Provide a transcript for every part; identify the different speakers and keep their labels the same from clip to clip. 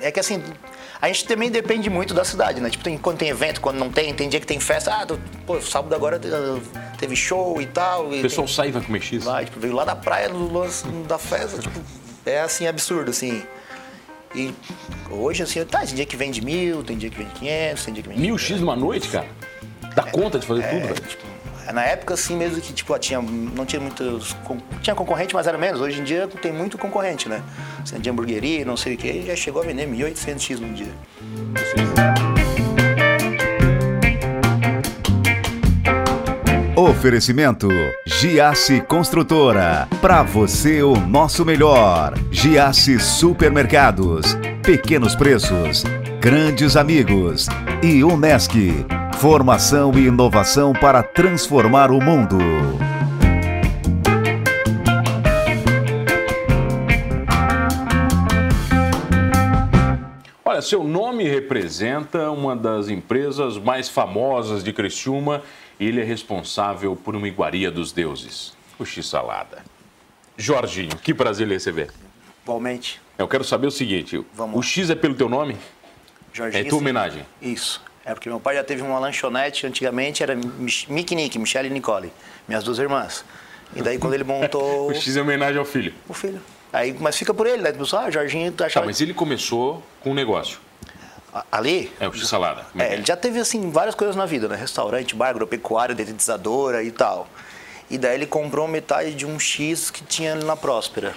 Speaker 1: É que assim, a gente também depende muito da cidade, né? Tipo, tem, quando tem evento, quando não tem, tem dia que tem festa. Ah, do- pô, sábado agora te- teve show e tal. E
Speaker 2: O pessoal
Speaker 1: tem-
Speaker 2: sai e vai comer X.
Speaker 1: Vai, tipo, veio lá da praia no lance da festa, tipo, é assim, absurdo, assim. E hoje, assim, tá, tem dia que vende mil, tem dia que vende 500, tem dia que vende...
Speaker 2: Mil X numa noite, cara? Dá conta de fazer tudo, velho?
Speaker 1: Tipo, na época, assim, mesmo que, tipo, ó, tinha, não tinha muitos... con- Tinha concorrente, mas era menos. Hoje em dia tem muito concorrente, né? Assim, de hamburgueria, não sei o quê, já chegou a vender 1.800x num dia.
Speaker 3: Oferecimento Giasse Construtora. Para você o nosso melhor. Giasse Supermercados. Pequenos preços, grandes amigos e Unesc. Formação e inovação para transformar o mundo.
Speaker 2: Olha, seu nome representa uma das empresas mais famosas de Criciúma e ele é responsável por uma iguaria dos deuses, o X-Salada. Jorginho, que prazer lhe receber.
Speaker 1: Igualmente,
Speaker 2: Eu quero saber o seguinte,
Speaker 1: Vamos
Speaker 2: o
Speaker 1: lá.
Speaker 2: X é pelo teu nome?
Speaker 1: Jorginho...
Speaker 2: É tua homenagem.
Speaker 1: Isso. É porque meu pai já teve uma lanchonete antigamente, era Mich- Mick e Nick, Michelle e Nicole, minhas duas irmãs. E daí quando ele montou
Speaker 2: O X é homenagem ao filho.
Speaker 1: o filho. Aí, mas fica por ele, né? Tipo, ah, Jorginho, tu
Speaker 2: Tá,
Speaker 1: achava...
Speaker 2: mas ele começou com um negócio.
Speaker 1: A- Ali?
Speaker 2: É o X-Salada. Como
Speaker 1: É, ele já teve, assim, várias coisas na vida, né? Restaurante, bar, agropecuária, dedetizadora e tal. E daí ele comprou metade de um X que tinha ali na Próspera.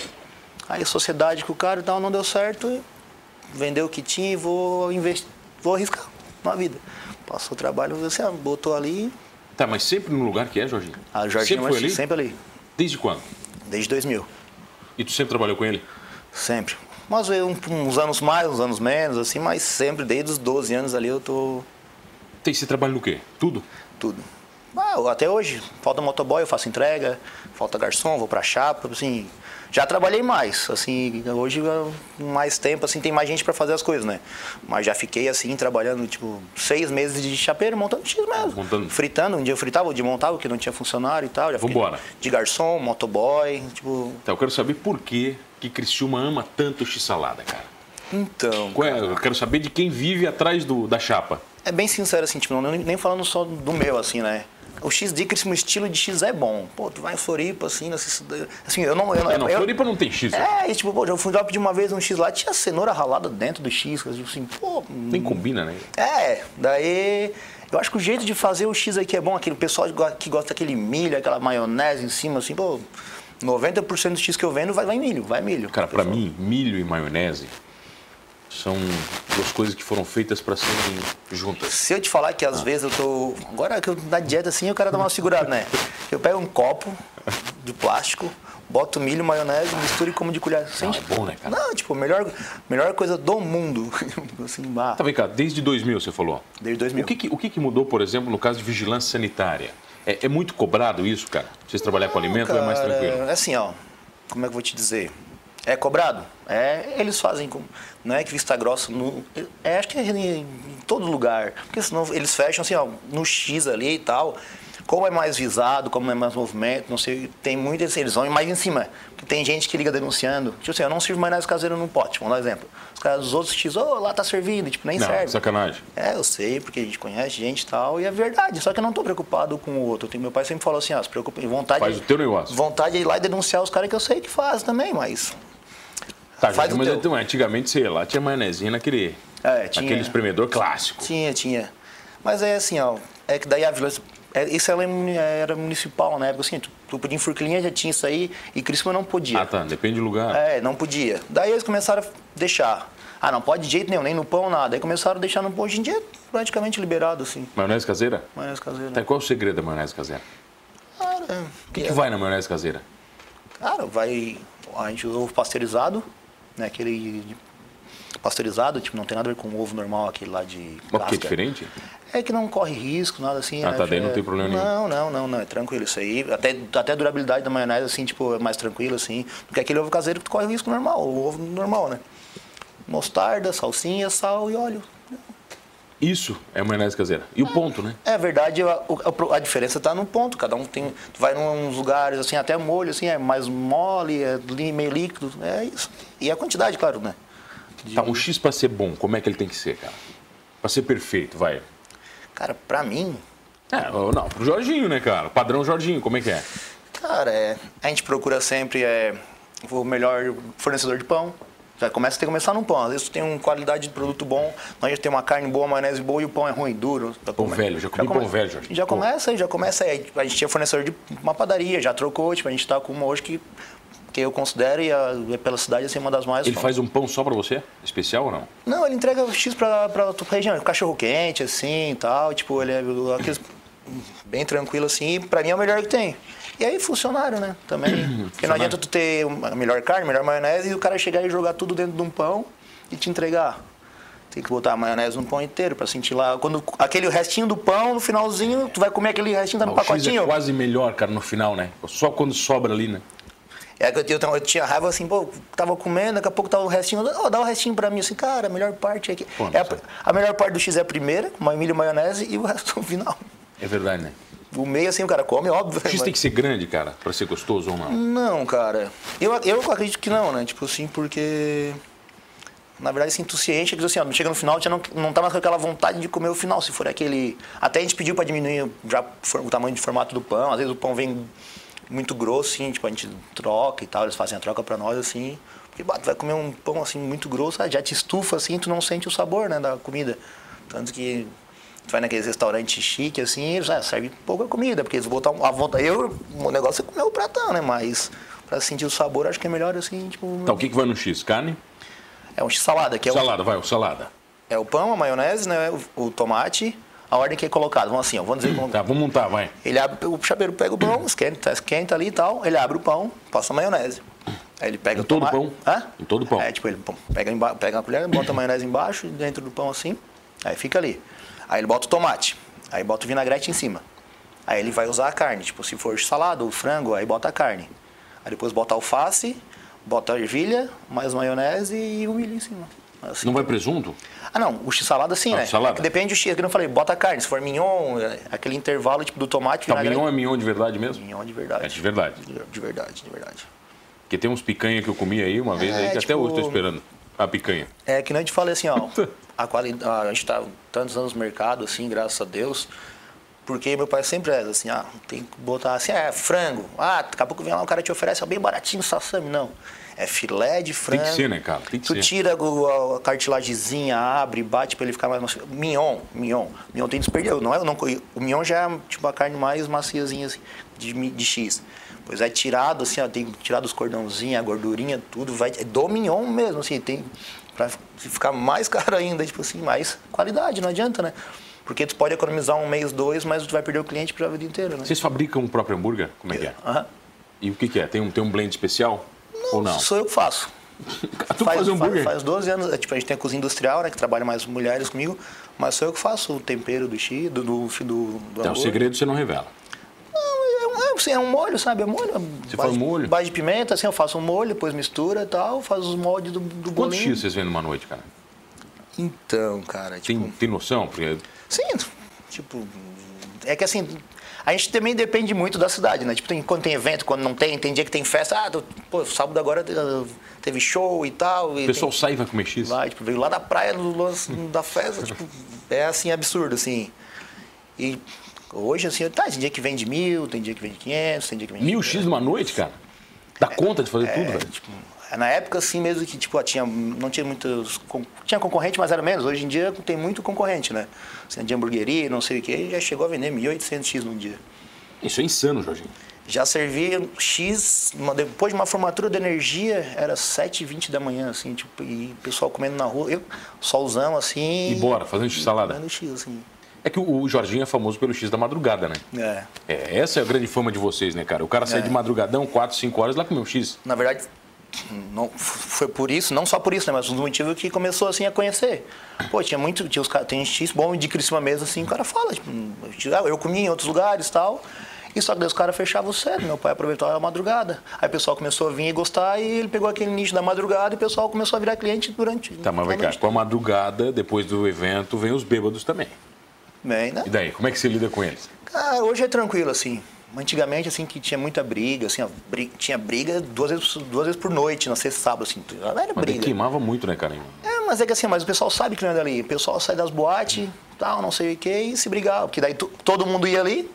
Speaker 1: Aí sociedade com o cara e tal, não deu certo. Vendeu o que tinha e vou investir, vou arriscar na vida. Passou o trabalho, assim, ah, botou ali...
Speaker 2: Tá, mas sempre no lugar que é, Jorginho?
Speaker 1: Ah, o Jorginho
Speaker 2: sempre foi
Speaker 1: Martins,
Speaker 2: ali?
Speaker 1: sempre ali.
Speaker 2: Desde quando?
Speaker 1: Desde 2000.
Speaker 2: E tu sempre trabalhou com ele?
Speaker 1: Sempre. Mas eu, uns anos mais, uns anos menos, assim, mas sempre, desde os 12 anos ali, eu tô
Speaker 2: Tem esse trabalho no quê? Tudo?
Speaker 1: tudo. Ah, eu- até hoje, falta motoboy, eu faço entrega, falta garçom, vou pra chapa, assim. Já trabalhei mais, assim, hoje é mais tempo, assim, tem mais gente pra fazer as coisas, né? Mas já fiquei, assim, trabalhando, tipo, seis meses de chapeiro, montando X mesmo.
Speaker 2: Montando.
Speaker 1: Fritando, um dia eu fritava, um dia eu montava, porque não tinha funcionário e tal. Já fiquei
Speaker 2: Vambora.
Speaker 1: De garçom, motoboy, tipo...
Speaker 2: Tá, eu quero saber por que que Criciúma ama tanto X-Salada, cara.
Speaker 1: Então,
Speaker 2: Qual é? Eu quero saber de quem vive atrás do, da chapa.
Speaker 1: É bem sincero, assim, tipo, não, nem nem falando só do meu, assim, né? O X Dicris, o estilo de X é bom. Pô, tu vai em Floripa, assim, nessa cidade- assim, eu não... Eu não,
Speaker 2: É, não,
Speaker 1: eu,
Speaker 2: Floripa não tem X. né?
Speaker 1: É, e tipo, pô, eu fui lá pedir uma vez um X lá, tinha cenoura ralada dentro do X, eu digo assim, pô...
Speaker 2: Nem combina, né?
Speaker 1: É, daí... Eu acho que o jeito de fazer o X aqui é bom, aquele pessoal que go- que gosta daquele milho, aquela maionese em cima, assim, pô... 90% do X que eu vendo vai, vai em milho, vai em milho.
Speaker 2: Cara, pra mim, milho e maionese são duas coisas que foram feitas pra serem juntas.
Speaker 1: Se eu te falar que
Speaker 2: Ah.
Speaker 1: às vezes eu tô. Agora que eu na dieta assim, eu quero dar uma segurada, né? Eu pego um copo de plástico, boto milho, maionese, misturo e como de colher. Sem...
Speaker 2: Não, é bom, né, cara?
Speaker 1: Não, tipo, melhor, melhor coisa do mundo. assim, bah,
Speaker 2: Tá, vem cá, desde 2000 você falou.
Speaker 1: Desde 2000.
Speaker 2: O que, que- o que, que mudou, por exemplo, no caso de vigilância sanitária? É, é muito cobrado isso, cara? Vocês trabalhar com alimento ou é mais
Speaker 1: Cara,
Speaker 2: tranquilo?
Speaker 1: é Assim, ó, como é que eu vou te dizer? É cobrado? É, eles fazem com. Não é que vista grossa. No, é, acho que é em todo lugar. Porque senão eles fecham assim, ó, no X ali e tal. Como é mais visado, como é mais movimento, não sei, tem muito assim, eles vão mais em cima. Porque tem gente que liga denunciando. Tipo assim, eu não sirvo maionese caseira num pote, vamos dar um exemplo. Os, caras, os outros X, ô, lá tá servindo, tipo, nem
Speaker 2: Não,
Speaker 1: serve.
Speaker 2: sacanagem.
Speaker 1: É, eu sei, porque a gente conhece gente e tal, e é verdade. Só que eu não tô preocupado com o outro. Tem- Meu pai sempre falou assim, ó, se preocupa, vontade...
Speaker 2: Faz o teu negócio.
Speaker 1: Vontade de ir lá e denunciar os caras que eu sei que faz também, mas...
Speaker 2: Tá,
Speaker 1: Faz
Speaker 2: gente, mas
Speaker 1: o
Speaker 2: é-
Speaker 1: teu.
Speaker 2: antigamente, sei lá, tinha maionezinha naquele
Speaker 1: É, tinha.
Speaker 2: aquele espremedor clássico.
Speaker 1: Tinha, tinha. Mas é assim, ó, é que daí a vigilância... É, isso ela é muni- era municipal na época, assim, tu, tu podia em Furquilinha, já tinha isso aí, e Crisma não podia.
Speaker 2: Ah, tá, depende do lugar.
Speaker 1: É, não podia. Daí eles começaram a deixar. Ah, não pode de jeito nenhum, nem no pão, nada. Aí começaram a deixar no pão. Hoje em dia é praticamente liberado, assim,
Speaker 2: Maionese caseira?
Speaker 1: maionese caseira.
Speaker 2: Tá, qual é o segredo da maionese caseira?
Speaker 1: Cara,
Speaker 2: O que, que vai na maionese caseira?
Speaker 1: Cara, vai. A gente usa ovo pasteurizado, né? Aquele de- pasteurizado, tipo, não tem nada a ver com o ovo normal, aquele lá de.
Speaker 2: Mas porque é
Speaker 1: casca.
Speaker 2: diferente?
Speaker 1: É que não corre risco, nada assim.
Speaker 2: Ah,
Speaker 1: né?
Speaker 2: tá, daí não
Speaker 1: É-
Speaker 2: tem problema nenhum.
Speaker 1: Não, não, não, não. É tranquilo isso aí. Até, até a durabilidade da maionese, assim, tipo, é mais tranquila, assim. Do que aquele ovo caseiro que tu corre o risco normal, o ovo normal, né? Mostarda, salsinha, sal e óleo.
Speaker 2: Isso é maionese caseira. E o ponto, né?
Speaker 1: É verdade, a, o- a pro- a diferença tá no ponto. Cada um tem. Tu vai em uns lugares assim, até molho, assim, é mais mole, é li- meio líquido. É isso. E a quantidade, claro, né? de.
Speaker 2: Tá, um X pra ser bom, como é que ele tem que ser, cara? Pra ser perfeito, vai.
Speaker 1: Cara, pra mim,
Speaker 2: É, ou não, pro Jorginho, né, cara? Padrão Jorginho, como é que é?
Speaker 1: Cara, é, a gente procura sempre é, o melhor fornecedor de pão. Já começa a ter que começar num pão. Às vezes tu tem uma qualidade de produto bom, nós já tem uma carne boa, maionese boa e o pão é ruim, duro. Tá
Speaker 2: Pão
Speaker 1: come-
Speaker 2: velho, já comi
Speaker 1: come-
Speaker 2: pão velho, Jorginho.
Speaker 1: Já
Speaker 2: Pô.
Speaker 1: começa, aí, já começa. aí. A gente tinha fornecedor de uma padaria, já trocou, tipo, a gente tá com uma hoje que, que eu considero e a, pela cidade assim, uma das mais.
Speaker 2: Ele faz um pão só pra você? Especial ou não?
Speaker 1: Não, ele entrega X pra, pra tua região, é um cachorro quente, assim e tal. Tipo, ele é aqueles bem tranquilo assim, e pra mim é o melhor que tem. E aí funcionário, né? Também. Porque não adianta tu ter uma- a melhor carne, a melhor maionese, e o cara chegar e jogar tudo dentro de um pão e te entregar. Tem que botar a maionese no pão inteiro pra sentir lá. Quando aquele restinho do pão, no finalzinho, tu vai comer aquele restinho, tá no
Speaker 2: Ah, o X
Speaker 1: pacotinho.
Speaker 2: é quase melhor, cara, no final, né? Só quando sobra ali, né?
Speaker 1: É que eu, tinha- eu tinha raiva assim, pô, tava comendo, daqui a pouco tava o restinho, ó, dá o restinho pra mim, assim, cara, a melhor parte é que.
Speaker 2: Pô, não
Speaker 1: é a,
Speaker 2: sei.
Speaker 1: a melhor parte do X é a primeira, com milho e maionese, e o resto é o final.
Speaker 2: É verdade, né?
Speaker 1: O meio assim o cara come, óbvio.
Speaker 2: O X
Speaker 1: mas-
Speaker 2: tem que ser grande, cara, pra ser gostoso ou não?
Speaker 1: Não, cara. Eu, eu acredito que não, né? Tipo assim, porque. Na verdade, assim, tu se enche, que assim, ó, chega no final, tu já não, não tá mais com aquela vontade de comer o final, se for aquele. Até a gente pediu pra diminuir já for- o tamanho de formato do pão, às vezes o pão vem muito grosso, assim, tipo, a gente troca e tal, eles fazem a troca pra nós, assim. Porque, bah, tu vai comer um pão, assim, muito grosso, ah, já te estufa, assim, tu não sente o sabor, né, da comida. Tanto que Tu vai naqueles restaurantes chique assim, eles já servem pouca comida, porque eles botam a vontade. Eu, o negócio é comer o pratão, né? Mas pra sentir o sabor, acho que é melhor assim, tipo.
Speaker 2: Tá, o que, que vai no X? Carne?
Speaker 1: É um salada, que é o,
Speaker 2: Salada, vai, o salada.
Speaker 1: é o pão, a maionese, né? O, o tomate, a ordem que é colocada. Vamos assim, ó, vamos dizer como.
Speaker 2: Tá, vamos montar, vai.
Speaker 1: Ele abre, o chapeiro pega o pão, esquenta, esquenta ali e tal, ele abre o pão, passa a maionese. Aí ele pega
Speaker 2: Em
Speaker 1: o
Speaker 2: todo o
Speaker 1: tomate-
Speaker 2: pão?
Speaker 1: Hã?
Speaker 2: Em todo o pão?
Speaker 1: É, tipo, ele pô, pega, emba- pega a colher, bota a maionese embaixo, dentro do pão assim, aí fica ali. Aí ele bota o tomate, aí bota o vinagrete em cima. Aí ele vai usar a carne, tipo, se for salada ou frango, aí bota a carne. Aí depois bota alface, bota ervilha, mais maionese e o milho em cima. Assim.
Speaker 2: Não vai presunto?
Speaker 1: Ah, não, o x-salada sim,
Speaker 2: Ah,
Speaker 1: né?
Speaker 2: salada.
Speaker 1: Depende do x, que eu falei, bota a carne, se for mignon, é, aquele intervalo tipo do tomate,
Speaker 2: Tá,
Speaker 1: vinagrete.
Speaker 2: mignon é mignon de verdade mesmo?
Speaker 1: Mignon de verdade.
Speaker 2: É de verdade.
Speaker 1: De verdade, de verdade.
Speaker 2: Porque tem uns picanha que eu comi aí uma vez,
Speaker 1: É,
Speaker 2: aí, que até
Speaker 1: tipo-
Speaker 2: hoje tô esperando a picanha.
Speaker 1: É que nem eu te falei assim, ó. A, quali- a gente tá tantos anos no mercado, assim, graças a Deus. Porque meu pai sempre é assim, ah, tem que botar assim, ah, é frango. Ah, daqui a pouco vem lá, um cara te oferece, ó, bem baratinho, sassame. Não. É filé de frango.
Speaker 2: ser, né, cara? Tem que
Speaker 1: tu
Speaker 2: ser.
Speaker 1: tira o- a, a cartilagemzinha, abre, bate pra ele ficar mais macio. Mignon, mignon. Mignon tem desperdício. Não é, não, o mignon já é tipo a carne mais maciazinha assim, de, mi- de X. Pois é tirado, assim, ó, tem que tirar dos cordãozinhos, a gordurinha, tudo. Vai, é do mignon mesmo, assim, tem. Pra ficar mais caro ainda, tipo assim, mais qualidade, não adianta, né? Porque tu pode economizar um mês, dois, mas tu vai perder o cliente pra vida inteira, né?
Speaker 2: Vocês fabricam o próprio hambúrguer? Como é que é?
Speaker 1: Aham.
Speaker 2: E o que, que é? Tem um, tem um blend especial? ou não? Ah,
Speaker 1: Sou eu que faço.
Speaker 2: Tu faz, hambúrguer?
Speaker 1: Faz 12 anos, é, tipo, a gente tem a cozinha industrial, né, que trabalha mais mulheres comigo, mas sou eu que faço o tempero do chi, do, do, do, do
Speaker 2: Tá, o
Speaker 1: hambúrguer.
Speaker 2: segredo você não revela.
Speaker 1: Não, é, um, é, assim, é um molho, sabe? É molho.
Speaker 2: Você
Speaker 1: Você
Speaker 2: faz molho?
Speaker 1: Base de pimenta, assim, eu faço um molho, depois mistura e tal, faço os moldes do, do
Speaker 2: Quantos
Speaker 1: bolinho.
Speaker 2: X vocês vendem numa noite, cara?
Speaker 1: Então, cara, tipo...
Speaker 2: Tem, tem noção? Porque
Speaker 1: Sim, tipo... É que assim... A gente também depende muito da cidade, né? Tipo, tem, quando tem evento, quando não tem, tem dia que tem festa. Ah, tu- pô, sábado agora eh, teve show e tal. e
Speaker 2: o
Speaker 1: tem-
Speaker 2: pessoal sai e vai comer X.
Speaker 1: Lá, tipo, veio lá da praia do lance da festa, tipo, é assim, absurdo, assim. E hoje, assim, tá, tem dia que vende mil, tem dia que vende 500, tem dia que vende...
Speaker 2: Mil X numa noite, cara? Dá conta de fazer tudo, né?
Speaker 1: É,
Speaker 2: velho?
Speaker 1: tipo, na época, assim, mesmo que, tipo, ah, tinha, não tinha muitos... con- Tinha concorrente, mas era menos. Hoje em dia tem muito concorrente, né? Assim, de hamburgueria, não sei o quê, já chegou a vender 1.800x num dia.
Speaker 2: Isso é insano, Jorginho.
Speaker 1: Já servi X, uma- depois de uma formatura de energia, era 7h20 da manhã, assim, tipo, e o pessoal comendo na rua, eu, solzão, assim...
Speaker 2: E bora, fazendo X salada.
Speaker 1: Comendo X, assim...
Speaker 2: É que o o Jorginho é famoso pelo X da madrugada, né?
Speaker 1: É.
Speaker 2: É, essa é a grande fama de vocês, né, cara? O cara sai
Speaker 1: É.
Speaker 2: de madrugadão, 4, 5 horas, lá comer um X.
Speaker 1: Na verdade, não, f- foi por isso, não só por isso, né? Mas um dos motivos que começou assim a conhecer. Pô, tinha muito, tinha os caras, tem X bom de Criciúma mesmo, assim, o cara fala, tipo, ah, eu comia em outros lugares e tal. E só que daí os caras fechavam o cedo, meu pai aproveitou a madrugada. Aí o pessoal começou a vir e gostar, e ele pegou aquele nicho da madrugada e o pessoal começou a virar cliente durante.
Speaker 2: Tá, mas vai,
Speaker 1: durante-
Speaker 2: cara, com a madrugada, depois do evento, vem os bêbados também.
Speaker 1: Bem, né?
Speaker 2: E daí, como é que você lida com eles?
Speaker 1: Cara, hoje é tranquilo, assim. Antigamente, assim, que tinha muita briga, assim, ó, bri- tinha briga duas vezes, duas vezes por noite, na sexta e sábado, assim. Era
Speaker 2: Mas daí
Speaker 1: briga.
Speaker 2: queimava muito, né, cara?
Speaker 1: É, mas é que assim, mas o pessoal sabe que não é dali. O pessoal sai das boates, tal, não sei o que, e se brigava. Porque daí to- todo mundo ia ali,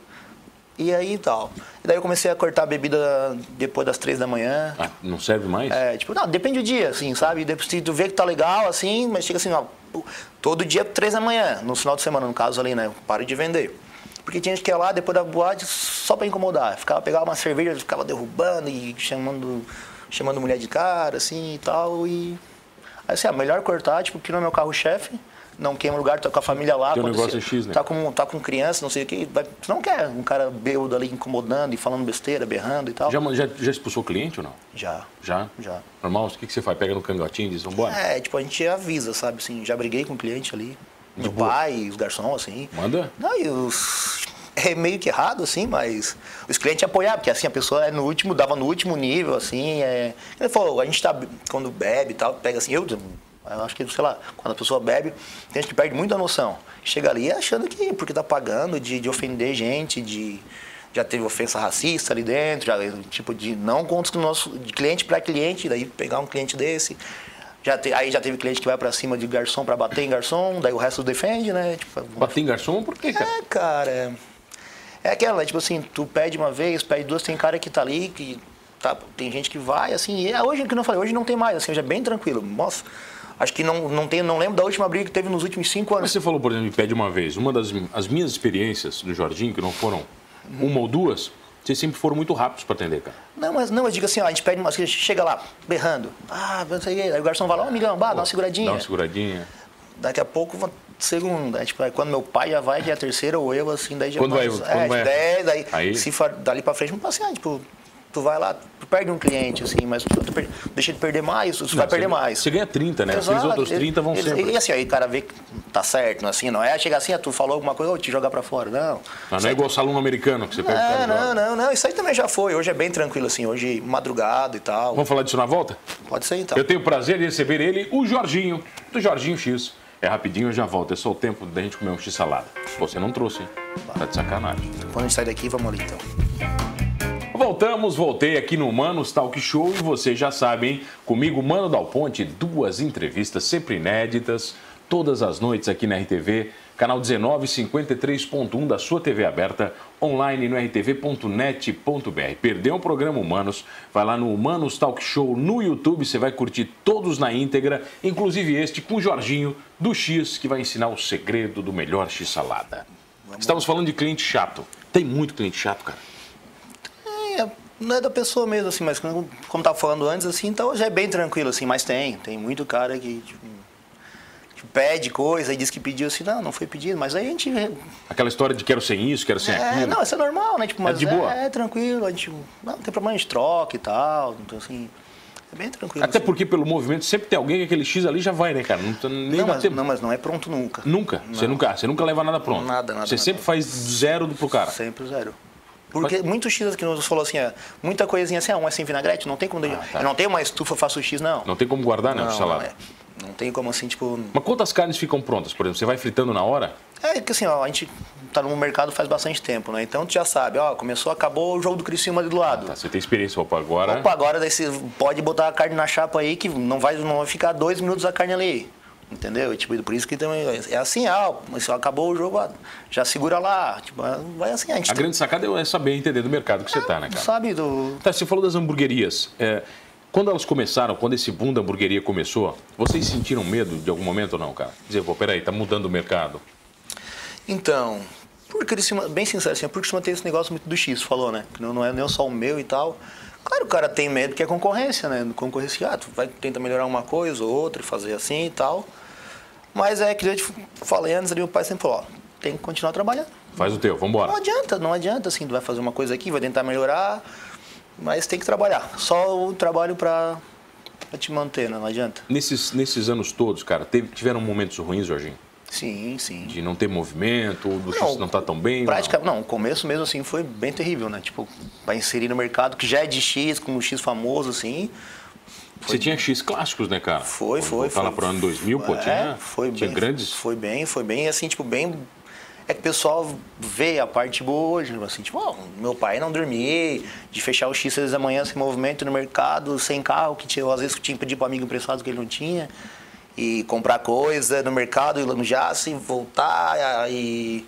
Speaker 1: e aí tal. E daí eu comecei a cortar a bebida depois das três da manhã.
Speaker 2: Ah, não serve mais?
Speaker 1: É, tipo, não, depende do dia, assim, sabe? Depois se tu vê que tá legal, assim, mas chega assim, ó, pô, todo dia três da manhã, no final de semana, no caso ali, né? Pare de vender. Porque tinha gente que ia lá depois da boate só pra incomodar. Ficava, pegava uma cerveja, ficava derrubando e chamando, chamando mulher de cara, assim e tal. E. Aí assim, ah, melhor cortar, tipo, que não é meu carro-chefe, não queima lugar, tá com a família lá.
Speaker 2: Teu
Speaker 1: quando
Speaker 2: negócio
Speaker 1: você-
Speaker 2: é X, né?
Speaker 1: Tá com, tá com criança, não sei o quê. vai- Tu não quer um cara bêbado ali incomodando e falando besteira, berrando e tal.
Speaker 2: Já, já, já expulsou cliente ou não?
Speaker 1: Já.
Speaker 2: Já?
Speaker 1: Já.
Speaker 2: Normal, o que, que você faz? Pega no cangotinho e diz, vambora?
Speaker 1: É, tipo, a gente avisa, sabe, assim, já briguei com o cliente ali, meu
Speaker 2: boa.
Speaker 1: pai, os garçons, assim.
Speaker 2: Manda.
Speaker 1: Não, e os... É meio que errado, assim, mas os clientes apoiavam, porque assim, a pessoa é no último, dava no úlimo nível, assim, é... Ele falou, a gente tá, quando bebe e tal, pega assim, eu, eu acho que, sei lá, quando a pessoa bebe, tem gente que perde muito a noção. Chega ali achando que, porque tá pagando, de, de ofender gente, de... Já teve ofensa racista ali dentro, já, tipo, de não contas com o nosso, de cliente para cliente, daí pegar um cliente desse... Já te- aí já teve cliente que vai pra cima de garçom pra bater em garçom, daí o resto defende, né? Tipo,
Speaker 2: Bater em garçom, por quê, cara?
Speaker 1: é, cara. É aquela, tipo assim, tu pede uma vez, pede duas, tem cara que tá ali, que tá, tem gente que vai, assim, e é hoje que eu não falei, hoje não tem mais, assim, hoje é bem tranquilo. Nossa, acho que não, não, tem, não lembro da última briga que teve nos últimos cinco
Speaker 2: Mas
Speaker 1: anos.
Speaker 2: você falou, por exemplo, me pede uma vez. Uma das as minhas experiências do Jorginho, que não foram uma ou duas, vocês sempre foram muito rápidos para atender, cara.
Speaker 1: Não, mas não, eu digo assim, ó, a gente pede uma, assim, chega lá, berrando. Ah, não sei o quê. Aí o garçom vai lá, ó, amigão, bah, dá uma seguradinha.
Speaker 2: Tá. Dá um uma seguradinha.
Speaker 1: Daqui a pouco, uma segunda. Aí, tipo, aí quando meu pai já vai, já é a terceira, ou eu, assim, daí já
Speaker 2: Quando vai-
Speaker 1: mais-
Speaker 2: quando
Speaker 1: é,
Speaker 2: vai-
Speaker 1: dez, daí,
Speaker 2: Aí-
Speaker 1: se for dali pra frente, não passa, ah, tipo, tu vai lá, tu perde um cliente, assim, mas tu, tu per- deixa de perder mais, tu vai
Speaker 2: Não,
Speaker 1: perder
Speaker 2: você-
Speaker 1: mais.
Speaker 2: Você ganha 30, né? Aqueles
Speaker 1: Exato,
Speaker 2: outros
Speaker 1: ele-
Speaker 2: 30 vão
Speaker 1: ele-
Speaker 2: sempre.
Speaker 1: E assim, aí o cara vê que tá certo, não é assim, não é chegar assim, ah, tu falou alguma coisa, eu vou te jogar pra fora, não.
Speaker 2: Mas não é igual salão americano que você pega É, o cara
Speaker 1: É, Não,
Speaker 2: e joga.
Speaker 1: não, não, não, isso aí também já foi, hoje é bem tranquilo, assim, hoje madrugada e tal,
Speaker 2: Vamos falar disso na volta?
Speaker 1: pode ser então.
Speaker 2: Eu tenho o prazer de receber ele, o Jorginho, do Jorginho X. É rapidinho, eu já volto. É só o tempo da gente comer um X salada. Você não trouxe, hein? Tá de sacanagem.
Speaker 1: Quando a gente sair daqui, vamos ali então.
Speaker 2: Voltamos, voltei aqui no Humanos Talk Show e vocês já sabem, hein? comigo, Mano Dal Ponte, duas entrevistas sempre inéditas, todas as noites aqui na RTV, canal 1953.1 da sua TV aberta, online no rtv.net.br. Perdeu o programa Humanos? Vai lá no Humanos Talk Show no YouTube, você vai curtir todos na íntegra, inclusive este com o Jorginho do X, que vai ensinar o segredo do melhor X salada. Estamos falando de cliente chato. Tem muito cliente chato, cara.
Speaker 1: É, não é da pessoa mesmo, assim, mas como, como tava falando antes, assim, então já é bem tranquilo, assim, mas tem, tem muito cara que, tipo, que pede coisa e diz que pediu assim, não, não foi pedido, mas aí a gente. re-
Speaker 2: Aquela história de quero sem isso, quero sem
Speaker 1: É,
Speaker 2: aquilo.
Speaker 1: não, isso é normal, né? Tipo, mas
Speaker 2: de boa?
Speaker 1: É, tranquilo, a gente. Não, tem problema, a gente troca e tal. Então, assim, é bem tranquilo.
Speaker 2: Até
Speaker 1: assim.
Speaker 2: porque pelo movimento sempre tem alguém que aquele X ali já vai, né, cara? Não tá nem
Speaker 1: Não
Speaker 2: dá
Speaker 1: mas,
Speaker 2: tempo.
Speaker 1: não, mas não é pronto nunca.
Speaker 2: Nunca. Você nunca, você nunca leva nada pronto.
Speaker 1: Nada, nada,
Speaker 2: Você
Speaker 1: nada.
Speaker 2: sempre faz zero do pro cara.
Speaker 1: Sempre zero. Porque muitos X que nos falou assim, é, muita coisinha assim, ah, um é sem vinagrete, não tem como.
Speaker 2: tá.
Speaker 1: Eu não tenho uma estufa, eu faço X, não.
Speaker 2: Não tem como guardar, né, o
Speaker 1: não,
Speaker 2: salada.
Speaker 1: é. não tem como assim, tipo.
Speaker 2: Mas quantas carnes ficam prontas, por exemplo? Você vai fritando na hora?
Speaker 1: É que assim, ó, a gente tá no mercado faz bastante tempo, né? Então tu já sabe, ó, começou, acabou o jogo do Criciúma ali do lado.
Speaker 2: Tá, você tem experiência, opa, agora.
Speaker 1: Opa, agora daí você pode botar a carne na chapa aí que não vai, não vai ficar dois minutos a carne ali. Entendeu? Tipo, por isso que também é assim, ah, mas acabou o jogo, ó, já segura lá. Tipo, vai assim, a gente
Speaker 2: A grande sacada é saber entender do mercado que você tá, né, cara?
Speaker 1: sabe do.
Speaker 2: Tá, você falou das hamburguerias. É, quando elas começaram, quando esse boom da hamburgueria começou, vocês sentiram medo de algum momento ou não, cara? Dizer, pô, peraí, tá mudando o mercado.
Speaker 1: Então, por Criciúma, bem sincero, assim, por Criciúma tem esse negócio muito do X, falou, né? Que não, não é nem só o meu e tal. Claro, o cara tem medo que é concorrência, né? Concorrência, ah, tu vai tentar melhorar uma coisa ou outra e fazer assim e tal. Mas é que eu te falei antes ali, meu pai sempre falou, ó, tem que continuar trabalhando.
Speaker 2: Faz o teu, vambora.
Speaker 1: Não adianta, não adianta, assim, tu vai fazer uma coisa aqui, vai tentar melhorar, mas tem que trabalhar. Só o trabalho pra, pra te manter, né? Não adianta.
Speaker 2: Nesses, nesses anos todos, cara, teve- tiveram momentos ruins, Jorginho?
Speaker 1: Sim, sim.
Speaker 2: De não ter movimento, ou do X não tá tão bem?
Speaker 1: Prática,
Speaker 2: não?
Speaker 1: não. o começo mesmo assim foi bem terrível, né? Tipo, pra inserir no mercado que já é de X, com um X famoso, assim.
Speaker 2: Você tinha X clássicos, né, cara?
Speaker 1: Foi,
Speaker 2: Quando
Speaker 1: foi.
Speaker 2: voltar
Speaker 1: foi
Speaker 2: lá pro ano 2000, pô,
Speaker 1: É,
Speaker 2: tinha,
Speaker 1: foi
Speaker 2: tinha
Speaker 1: bem,
Speaker 2: grandes...
Speaker 1: Foi bem, foi bem, assim, tipo, bem. É que o pessoal vê a parte boa hoje, assim, tipo, ó, meu pai não dormia, de fechar o X às vezes da manhã sem movimento no mercado, sem carro, que tinha, às vezes que tinha que pedir para amigo emprestado que ele não tinha. e comprar coisa no mercado, ir lá no Jace, voltar e,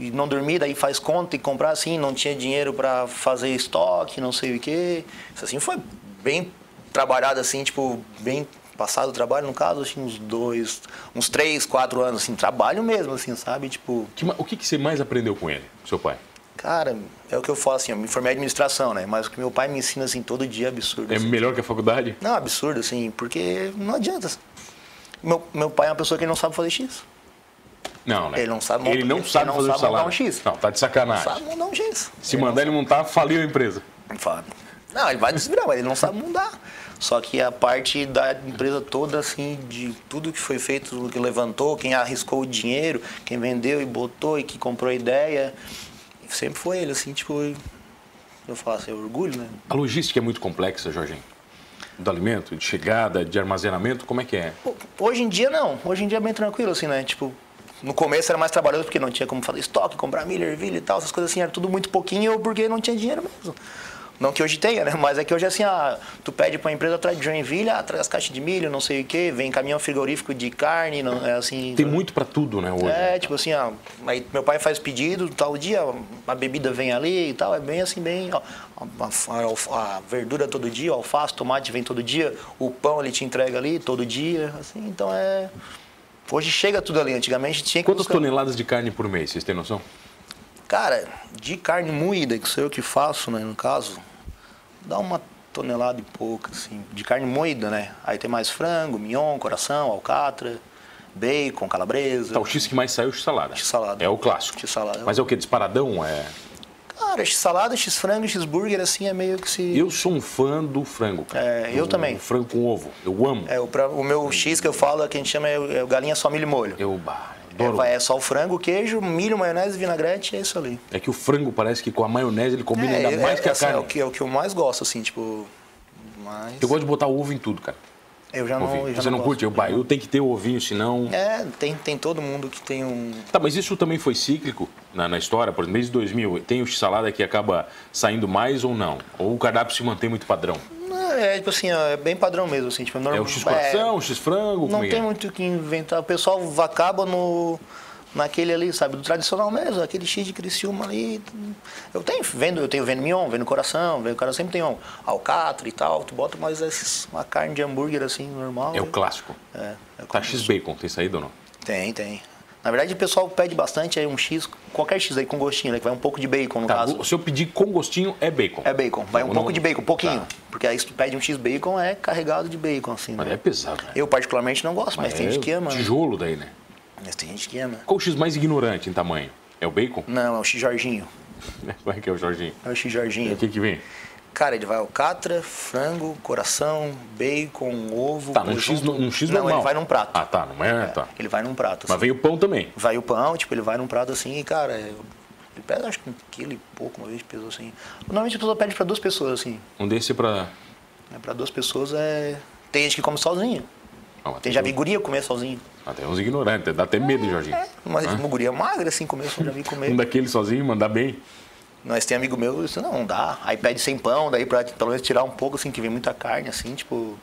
Speaker 1: e não dormir, daí faz conta e comprar assim, não tinha dinheiro para fazer estoque, não sei o quê. Isso assim foi bem trabalhado assim, tipo, bem passado o trabalho, no caso, assim, uns dois, uns três, quatro anos, assim, trabalho mesmo, assim, sabe? Tipo,
Speaker 2: Que ma- o que, que você mais aprendeu com ele, seu pai?
Speaker 1: cara, é o que eu falo assim, eu me formei em administração, né? Mas o que meu pai me ensina, assim, todo dia é absurdo.
Speaker 2: É
Speaker 1: assim.
Speaker 2: melhor que a faculdade?
Speaker 1: Não, absurdo, assim, porque não adianta. Meu, meu pai é uma pessoa que não sabe fazer X.
Speaker 2: Não, né?
Speaker 1: Ele não sabe
Speaker 2: Ele
Speaker 1: montar-
Speaker 2: não
Speaker 1: ele
Speaker 2: sabe
Speaker 1: não
Speaker 2: fazer o
Speaker 1: sabe montar
Speaker 2: salário.
Speaker 1: um X.
Speaker 2: Não, tá de sacanagem.
Speaker 1: Sabe mandar um X.
Speaker 2: Se mandar ele montar, faliu a empresa.
Speaker 1: Ele fala, Não, ele vai desvirar, mas ele não sabe mudar. Só que a parte da empresa toda, assim, de tudo que foi feito, tudo que levantou, quem arriscou o dinheiro, quem vendeu e botou e que comprou a ideia, sempre foi ele, assim, tipo, eu- eu falo assim, eu orgulho, né?
Speaker 2: A logística é muito complexa, Jorginho. Do alimento, de chegada, de armazenamento, como é que é?
Speaker 1: Ho- Hoje em dia não, hoje em dia é bem tranquilo, assim, né? Tipo, no começo era mais trabalhoso porque não tinha como fazer estoque, comprar milho, ervilha e tal, essas coisas assim, era tudo muito pouquinho ou porque não tinha dinheiro mesmo. Não que hoje tenha, né? Mas é que hoje assim, ah, tu pede pra empresa atrás de Joinville, ah, traz caixas de milho, não sei o quê, vem caminhão frigorífico de carne, não, é assim.
Speaker 2: Tem muito pra tudo, né, hoje?
Speaker 1: É, tipo assim, ó, aí meu pai faz pedido, tal dia, a bebida vem ali e tal, é bem assim, bem, ó, a, a- alf- a verdura todo dia, o alface, tomate vem todo dia, o pão ele te entrega ali todo dia, assim, então é... Hoje chega tudo ali, antigamente tinha que
Speaker 2: Quantas
Speaker 1: buscar-
Speaker 2: toneladas de carne por mês, vocês têm noção?
Speaker 1: Cara, de carne moída, que sou eu que faço, né, no caso, dá uma tonelada e pouca, assim, de carne moída, né? Aí tem mais frango, mignon, coração, alcatra, bacon, calabresa...
Speaker 2: Tá, o X que mais saiu é o X-salada.
Speaker 1: X-salada.
Speaker 2: É o clássico.
Speaker 1: X-salada.
Speaker 2: Mas é o que? Disparadão? É...
Speaker 1: Cara, x-salada, x-frango, x-burger, assim, é meio que se...
Speaker 2: Eu sou um fã do frango, cara.
Speaker 1: É, eu
Speaker 2: Do
Speaker 1: também.
Speaker 2: Frango com ovo. Eu amo.
Speaker 1: É, o, pra- o meu X que eu falo, é que a gente chama é, o- é o galinha só milho e molho.
Speaker 2: Eu bah,
Speaker 1: É,
Speaker 2: adoro.
Speaker 1: vai-
Speaker 2: É,
Speaker 1: é só o frango, queijo, milho, maionese, vinagrete, é isso ali.
Speaker 2: que o frango parece que com a maionese ele combina
Speaker 1: é,
Speaker 2: ainda mais
Speaker 1: é,
Speaker 2: que a
Speaker 1: assim,
Speaker 2: carne.
Speaker 1: É o, que, é o que eu mais gosto, assim, tipo... Mas...
Speaker 2: Eu gosto de botar ovo em tudo, cara.
Speaker 1: Eu já não...
Speaker 2: Ovinho.
Speaker 1: eu já
Speaker 2: Você não,
Speaker 1: gosto.
Speaker 2: curte? Eu, bah, eu tenho que ter o ovinho, senão...
Speaker 1: É, tem, tem todo mundo que tem um...
Speaker 2: Tá, mas isso também foi cíclico na, na história? Por exemplo, desde 2000, tem o salada que acaba saindo mais ou não? Ou o cardápio se mantém muito padrão?
Speaker 1: Não, É, tipo assim, ó, é bem padrão mesmo, assim, tipo...
Speaker 2: É
Speaker 1: normal-
Speaker 2: o x-coração, o x-frango?
Speaker 1: Não
Speaker 2: como é que
Speaker 1: tem
Speaker 2: é?
Speaker 1: muito o que inventar. O pessoal acaba no, naquele ali, sabe? Do tradicional mesmo, aquele X de Criciúma ali. Eu tenho, vendo, eu tenho vendo mignon, vendo coração, vendo, o cara sempre tem um alcatra e tal. Tu bota mais esses, uma carne de hambúrguer assim, normal.
Speaker 2: É o
Speaker 1: né?
Speaker 2: clássico.
Speaker 1: É, é
Speaker 2: Tá,
Speaker 1: como-
Speaker 2: x-bacon, tem saído ou não?
Speaker 1: Tem, tem. Na verdade, o pessoal pede bastante aí um X, qualquer X aí com gostinho, né? Que vai um pouco de bacon, no
Speaker 2: Tá,
Speaker 1: caso.
Speaker 2: o- se eu pedir com gostinho, é bacon.
Speaker 1: É bacon, vai um
Speaker 2: Não,
Speaker 1: pouco
Speaker 2: não-
Speaker 1: de bacon, pouquinho.
Speaker 2: Tá.
Speaker 1: Porque aí se tu pede um X bacon, é carregado de bacon, assim,
Speaker 2: Mas
Speaker 1: né?
Speaker 2: é pesado, né?
Speaker 1: Eu particularmente não gosto, mas, tem
Speaker 2: é
Speaker 1: gente que ama. né?
Speaker 2: Tijolo daí, né?
Speaker 1: Mas tem gente que ama.
Speaker 2: Qual o X mais ignorante em tamanho? É o bacon?
Speaker 1: Não, é o X Jorginho.
Speaker 2: Como é que é o Jorginho?
Speaker 1: É o X
Speaker 2: E
Speaker 1: Jorginho.
Speaker 2: o que que vem?
Speaker 1: Cara, ele vai alcatra, frango, coração, bacon, ovo.
Speaker 2: Tá, num
Speaker 1: presunto.
Speaker 2: X, no- num X
Speaker 1: Não,
Speaker 2: normal.
Speaker 1: ele vai num prato.
Speaker 2: Ah, tá, não é? Tá.
Speaker 1: Ele vai num prato.
Speaker 2: Mas
Speaker 1: assim.
Speaker 2: vem o pão também.
Speaker 1: Vai o pão, tipo, ele vai num prato assim e, cara, é- ele pede acho que um quilo e pouco, uma vez pesou assim. Normalmente a pessoa pede pra duas pessoas, assim.
Speaker 2: Um desse pra...
Speaker 1: Né? Pra duas pessoas é. Tem gente que come sozinho.
Speaker 2: Ah, mas
Speaker 1: Tem já
Speaker 2: tem-
Speaker 1: vi É. guria comer sozinho.
Speaker 2: Ah, tem uns ignorantes, dá até medo, Jorginho.
Speaker 1: Mas uma guria magra, assim, comer, só já vi comer.
Speaker 2: Um daquele sozinho, mandar bem.
Speaker 1: Nós tem amigo meu, isso não, não dá. Aí pede sem pão, daí pra pelo menos tirar um pouco, assim, que vem muita carne, assim, tipo.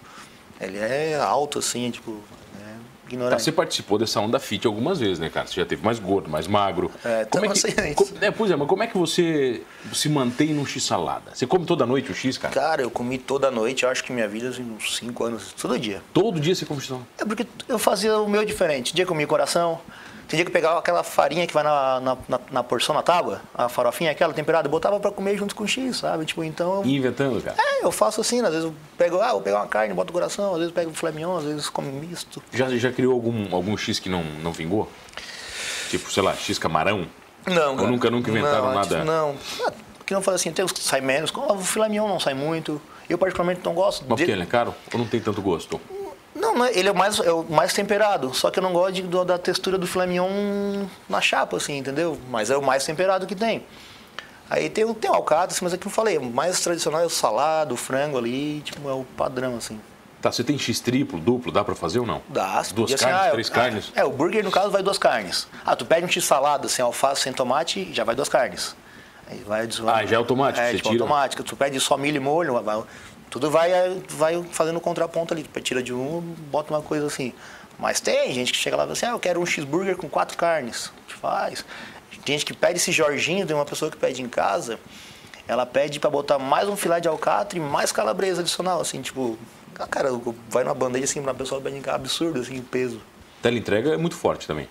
Speaker 1: Ele é alto, assim, tipo. É
Speaker 2: Tá,
Speaker 1: ignorante.
Speaker 2: você participou dessa onda fit algumas vezes, né, cara? Você já teve mais gordo, mais magro.
Speaker 1: É,
Speaker 2: como é
Speaker 1: então,
Speaker 2: que,
Speaker 1: assim, é isso.
Speaker 2: co- é, pois é, mas como é que você se mantém num X-salada? Você come toda noite o X, cara?
Speaker 1: Cara, eu comi toda noite, eu acho que minha vida, assim, uns 5 anos, todo dia.
Speaker 2: Todo dia você come X-salada.
Speaker 1: É porque eu fazia o meu diferente. Tinha dia que eu comia coração, tem dia que eu pegava aquela farinha que vai na, na, na- na porção, na tábua, a farofinha, aquela temperada, eu botava pra comer junto com X, sabe? Tipo, então.
Speaker 2: E inventando, cara.
Speaker 1: É, eu faço assim, né? às vezes eu pego, ah, vou pegar uma carne, boto o coração, às vezes eu pego um filé mignon, às vezes como misto.
Speaker 2: Já, já criou algum, algum X que não, não vingou? Tipo, sei lá, X camarão?
Speaker 1: Não, cara.
Speaker 2: nunca- nunca inventaram
Speaker 1: Não, antes-
Speaker 2: nada?
Speaker 1: Não. Ah, que não faz assim, tem os que sai menos. como O filé mignon não sai muito. Eu particularmente não gosto.
Speaker 2: Mas
Speaker 1: de-
Speaker 2: porque ele é caro? Ou não tem tanto gosto?
Speaker 1: Não, não, ele é o mais, é o mais temperado. Só que eu não gosto de- do- da textura do filé mignon na chapa, assim, entendeu? Mas é o mais temperado que tem. Aí tem, o- tem o alcatra, assim, mas é que eu falei, o mais tradicional é o salado, o frango ali, tipo, é o padrão, assim.
Speaker 2: Tá, você tem X triplo, duplo, dá pra fazer ou não?
Speaker 1: Dá, se
Speaker 2: Duas
Speaker 1: podia,
Speaker 2: carnes,
Speaker 1: ah,
Speaker 2: três
Speaker 1: ah,
Speaker 2: carnes?
Speaker 1: É, o burger, no caso, vai duas carnes. Ah, tu pede um x-salada sem alface, sem tomate, já vai duas carnes. Aí vai
Speaker 2: Ah, já é automático,
Speaker 1: É,
Speaker 2: você
Speaker 1: tipo,
Speaker 2: tira.
Speaker 1: automático. Tu pede só milho e molho, vai- vai- Tudo vai, é, vai fazendo contraponto ali. Tira de um, bota uma coisa assim. Mas tem gente que chega lá e fala assim, ah, eu quero um cheeseburger com quatro carnes. A gente faz. Tem gente que pede esse Jorginho, tem uma pessoa que pede em casa, ela pede para botar mais um filé de alcatra e mais calabresa adicional, assim, tipo... ah, Cara, vai numa bandeja assim, uma pessoa pede em casa, absurdo, assim, peso.
Speaker 2: Teleentrega é muito forte também.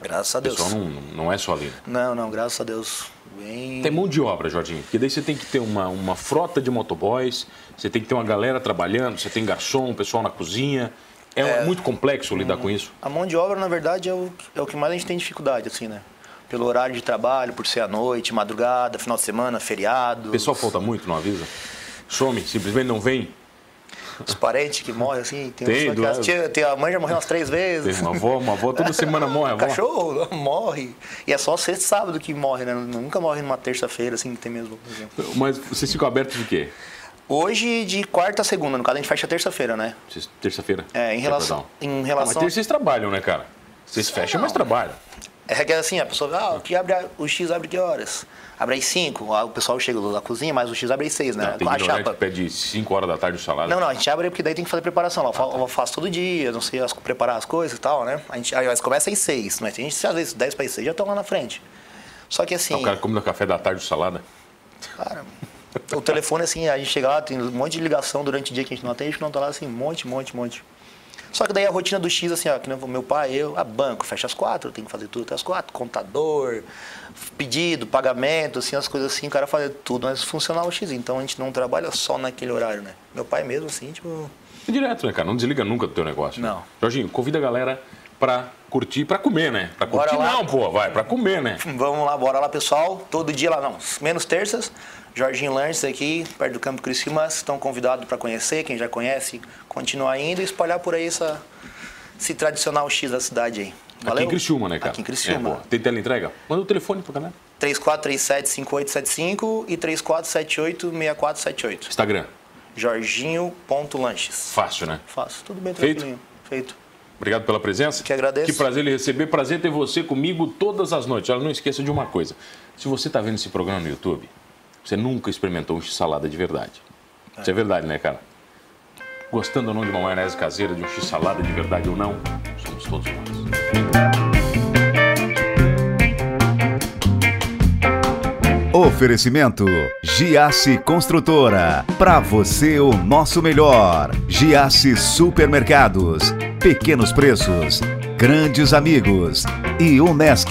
Speaker 1: Graças a
Speaker 2: O
Speaker 1: Deus.
Speaker 2: pessoal não, não é só ali.
Speaker 1: Não, não, graças a Deus. Bem...
Speaker 2: Tem mão de obra, Jorginho, porque daí você tem que ter uma, uma frota de motoboys, você tem que ter uma galera trabalhando, você tem garçom, pessoal na cozinha. É, muito complexo lidar com isso.
Speaker 1: A mão de obra, na verdade, é o, é o que mais a gente tem dificuldade, assim, né? Pelo horário de trabalho, por ser à noite, madrugada, final de semana, feriado.
Speaker 2: O pessoal falta muito, não avisa? Some, simplesmente não vem.
Speaker 1: Os parentes que morrem, assim. Tem,
Speaker 2: Tem,
Speaker 1: pessoa que
Speaker 2: do-
Speaker 1: as tia- tem- a mãe já morreu umas três vezes.
Speaker 2: Teve uma avó, uma avó, toda semana morre a avó.
Speaker 1: Cachorro morre. E é só sexta e sábado que morre, né? Nunca morre numa terça-feira, assim, que tem mesmo. por exemplo.
Speaker 2: Mas vocês ficam abertos de quê?
Speaker 1: Hoje, de quarta a segunda, no caso, a gente fecha terça-feira, né?
Speaker 2: Vocês- Terça-feira?
Speaker 1: É, em relação. Em
Speaker 2: Perdão. Ah, mas
Speaker 1: relação
Speaker 2: terça vocês trabalham, né, cara? Vocês fecham, mas trabalham.
Speaker 1: É que é assim, a pessoa fala, ah, o, que abre a- o X abre que horas? Abre às 5, o pessoal chega da cozinha, mas o X abre às 6, né?
Speaker 2: Ah, tem
Speaker 1: a
Speaker 2: ignorante
Speaker 1: chapa.
Speaker 2: que pede 5 horas da tarde o salário.
Speaker 1: Não, não, a gente abre porque daí tem que fazer preparação lá. Eu fa- Eu faço todo dia, não sei as- preparar as coisas e tal, né? A gente, aí, mas começa às 6, mas tem gente que às vezes 10 para as 6 já estão lá na frente. Só que assim,
Speaker 2: O cara come no café da tarde o salada.
Speaker 1: cara, o telefone assim, a gente chega lá, tem um monte de ligação durante o dia que a gente não atende, a gente não tá lá assim, um monte, um monte, um monte. Só que daí a rotina do X, assim, ó, que nem meu pai, eu, a banco, fecha às quatro, tem que fazer tudo até às quatro, contador, pedido, pagamento, assim, as coisas assim, o cara fazia tudo, mas funcionava o X, então a gente não trabalha só naquele horário, né? Meu pai mesmo, assim, tipo,
Speaker 2: É direto, né, cara? Não desliga nunca do teu negócio. né?
Speaker 1: Não.
Speaker 2: Jorginho, convida a galera pra curtir, pra comer, né? Pra
Speaker 1: Bora
Speaker 2: curtir
Speaker 1: lá.
Speaker 2: não, pô, vai, pra comer, né?
Speaker 1: Vamos lá, bora lá, pessoal. Todo dia lá, não. Menos terças. Jorginho Lanches aqui, perto do Campo Criciúma. Estão convidados para conhecer. Quem já conhece, continua indo e espalhar por aí essa, esse tradicional X da cidade aí. Valeu?
Speaker 2: Aqui em Criciúma, né, cara?
Speaker 1: Aqui em
Speaker 2: É,
Speaker 1: Criciúma.
Speaker 2: pô. Tem teleentrega? Manda o telefone pra galera.
Speaker 1: 3437-5875 e 3478-6478.
Speaker 2: Instagram.
Speaker 1: Jorginho.lanches.
Speaker 2: Fácil, né?
Speaker 1: Faço. Tudo bem,
Speaker 2: Feito?
Speaker 1: tranquilinho. Feito.
Speaker 2: Obrigado pela presença.
Speaker 1: Que agradeço.
Speaker 2: Que prazer lhe receber. Prazer ter você comigo todas as noites. Olha, não esqueça de uma coisa. Se você está vendo esse programa no YouTube, você nunca experimentou um x-salada de verdade. Isso é verdade, né, cara? Gostando ou não de uma maionese caseira, de um x-salada de verdade ou não, somos todos nós.
Speaker 3: Oferecimento Giasse Construtora. Para você o nosso melhor. Giasse Supermercados. Pequenos preços, grandes amigos e Unesc.